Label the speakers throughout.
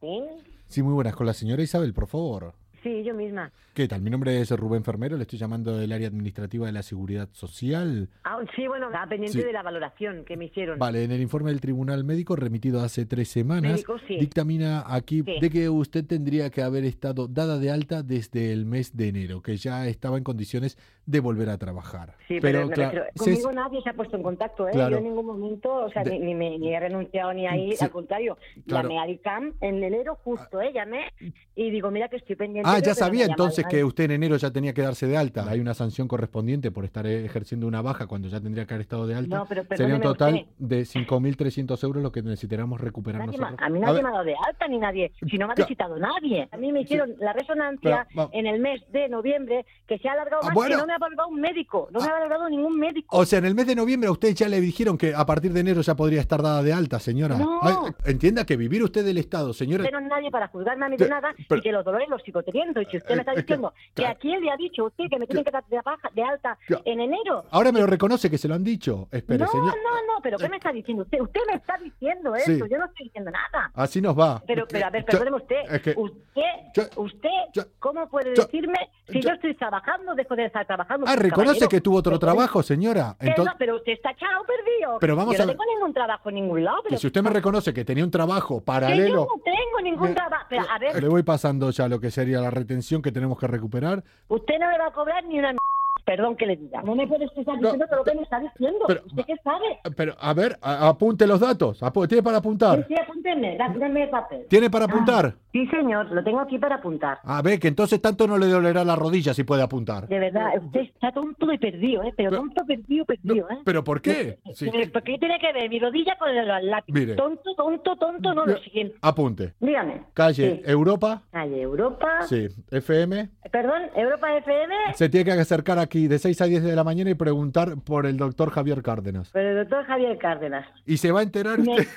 Speaker 1: ¿Sí?
Speaker 2: Sí, muy buenas. Con la señora Isabel, por favor.
Speaker 1: Sí, yo misma.
Speaker 2: ¿Qué tal? Mi nombre es Rubén Fermero, le estoy llamando del área administrativa de la Seguridad Social.
Speaker 1: Ah, sí, bueno, estaba pendiente
Speaker 2: Sí.
Speaker 1: de la valoración que me hicieron.
Speaker 2: Vale, en el informe del Tribunal Médico remitido hace tres semanas,
Speaker 1: Médico, sí.
Speaker 2: dictamina aquí
Speaker 1: Sí.
Speaker 2: de que usted tendría que haber estado dada de alta desde el mes de enero, que ya estaba en condiciones de volver a trabajar.
Speaker 1: Sí, pero, me
Speaker 2: claro,
Speaker 1: refiero-
Speaker 2: se-
Speaker 1: conmigo nadie se ha puesto en contacto, ¿eh?
Speaker 2: Claro.
Speaker 1: Yo en ningún momento, o sea,
Speaker 2: De-
Speaker 1: ni, ni me, ni he renunciado ni ahí,
Speaker 2: Sí.
Speaker 1: al contrario.
Speaker 2: Claro.
Speaker 1: Llamé a ICAM en enero justo, ¿eh? Llamé y digo, mira que estoy pendiente.
Speaker 2: Ah,
Speaker 1: creo
Speaker 2: ya
Speaker 1: que no me
Speaker 2: sabía
Speaker 1: ha llamado
Speaker 2: entonces que
Speaker 1: nadie.
Speaker 2: usted en enero ya tenía que darse de alta. Hay una sanción correspondiente por estar eh, ejerciendo una baja cuando ya tendría que haber estado de alta.
Speaker 1: No, pero
Speaker 2: Sería un
Speaker 1: perdóneme
Speaker 2: total
Speaker 1: usted.
Speaker 2: de 5.300 euros lo que necesitáramos recuperar
Speaker 1: Nadie
Speaker 2: nosotros.
Speaker 1: ma- a mí
Speaker 2: A
Speaker 1: nadie
Speaker 2: ver,
Speaker 1: me ha dado de alta ni nadie, si no me ha
Speaker 2: Ca-
Speaker 1: visitado nadie. A mí me hicieron la resonancia
Speaker 2: Pero, va-
Speaker 1: en el mes de noviembre, que se ha alargado
Speaker 2: Ah,
Speaker 1: más,
Speaker 2: bueno. Ah.
Speaker 1: que no me ha valorado un médico, no me ha valorado ningún médico.
Speaker 2: O sea, en el mes de noviembre a usted ya le dijeron que a partir de enero ya podría estar dada de alta, señora.
Speaker 1: No.
Speaker 2: Ay, entienda que vivir usted del Estado, señora.
Speaker 1: Pero nadie para juzgarme a mí de
Speaker 2: Te-
Speaker 1: nada
Speaker 2: pero-
Speaker 1: y que los dolores los sigo teniendo. Y si usted
Speaker 2: Eh,
Speaker 1: me está
Speaker 2: eh, que-
Speaker 1: diciendo que
Speaker 2: claro.
Speaker 1: aquí él le ha dicho a usted que me tienen que dar de, baja, de alta
Speaker 2: Claro.
Speaker 1: en enero.
Speaker 2: Ahora me lo reconoce que se lo han dicho. Espere,
Speaker 1: no,
Speaker 2: señor.
Speaker 1: no, no, pero ¿qué me está diciendo usted? Usted me está diciendo
Speaker 2: Sí.
Speaker 1: eso, yo no estoy diciendo nada.
Speaker 2: Así nos va.
Speaker 1: Pero, pero a ver,
Speaker 2: Yo-
Speaker 1: perdóneme usted.
Speaker 2: es que-
Speaker 1: usted,
Speaker 2: yo-
Speaker 1: usted,
Speaker 2: yo-
Speaker 1: ¿cómo puede
Speaker 2: yo-
Speaker 1: decirme si
Speaker 2: yo-
Speaker 1: yo estoy trabajando, dejo de estar trabajando?
Speaker 2: Ah, reconoce
Speaker 1: caballero?
Speaker 2: que tuvo otro
Speaker 1: Pero-
Speaker 2: trabajo, señora.
Speaker 1: pero-
Speaker 2: Entonces,
Speaker 1: pero usted está echado perdido.
Speaker 2: Pero vamos
Speaker 1: yo
Speaker 2: a
Speaker 1: no
Speaker 2: ver-
Speaker 1: tengo ningún trabajo en ningún lado.
Speaker 2: que
Speaker 1: Pero
Speaker 2: si usted me reconoce que tenía un trabajo
Speaker 1: que yo
Speaker 2: paralelo.
Speaker 1: no tengo ningún trabajo. Pero, a ver,
Speaker 2: Le voy pasando ya lo que sería la retención que tenemos que recuperar.
Speaker 1: Usted no me va a cobrar ni una m- perdón que le diga. No me puedes estar diciendo todo lo que me está diciendo.
Speaker 2: pero-
Speaker 1: ¿Usted qué sabe?
Speaker 2: Pero, a ver, a- apunte los datos. Apu- ¿Tiene para
Speaker 1: Sí,
Speaker 2: apuntar?
Speaker 1: sí, apúnteme, da- dame el papel. Ah,
Speaker 2: ¿Tiene para apuntar?
Speaker 1: Sí, señor, lo tengo aquí para apuntar.
Speaker 2: A ver, que entonces tanto no le dolerá la rodilla si puede apuntar.
Speaker 1: De verdad, usted está tonto y perdido, ¿eh? Pero
Speaker 2: Pero-
Speaker 1: tonto, perdido,
Speaker 2: No,
Speaker 1: perdido, ¿eh?
Speaker 2: ¿Pero por qué? Sí.
Speaker 1: Pero, ¿Por qué tiene que ver mi rodilla con el lápiz?
Speaker 2: Mire.
Speaker 1: Tonto, tonto, tonto, no lo siguiente.
Speaker 2: Apunte.
Speaker 1: Dígame.
Speaker 2: Calle
Speaker 1: Sí. Ah.
Speaker 2: Europa.
Speaker 1: Calle Europa.
Speaker 2: Sí. FM.
Speaker 1: Perdón, Europa FM.
Speaker 2: Se tiene que acercar aquí de 6 a 10 de la mañana y preguntar por el doctor Javier Cárdenas.
Speaker 1: Pero el doctor Javier Cárdenas.
Speaker 2: Y se va a enterar
Speaker 1: Me
Speaker 2: usted.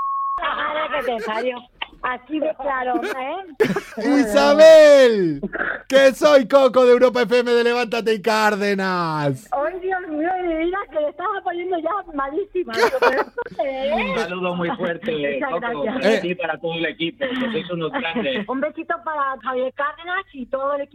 Speaker 1: Ahora que te parió. Así de claro, ¿eh?
Speaker 2: ¡Isabel! ¡Que soy Coco de Europa FM de Levántate y Cárdenas!
Speaker 1: Ay, Dios mío, de vida, que le estaba poniendo ya malísima. Digo, ¿Pero esto qué
Speaker 3: Un
Speaker 1: es?
Speaker 3: saludo muy fuerte,
Speaker 1: Muchas
Speaker 3: Coco,
Speaker 1: gracias.
Speaker 3: para
Speaker 2: Eh.
Speaker 3: ti y para todo el equipo, que sois unos grandes.
Speaker 1: Un besito para Javier Cárdenas y todo el equipo.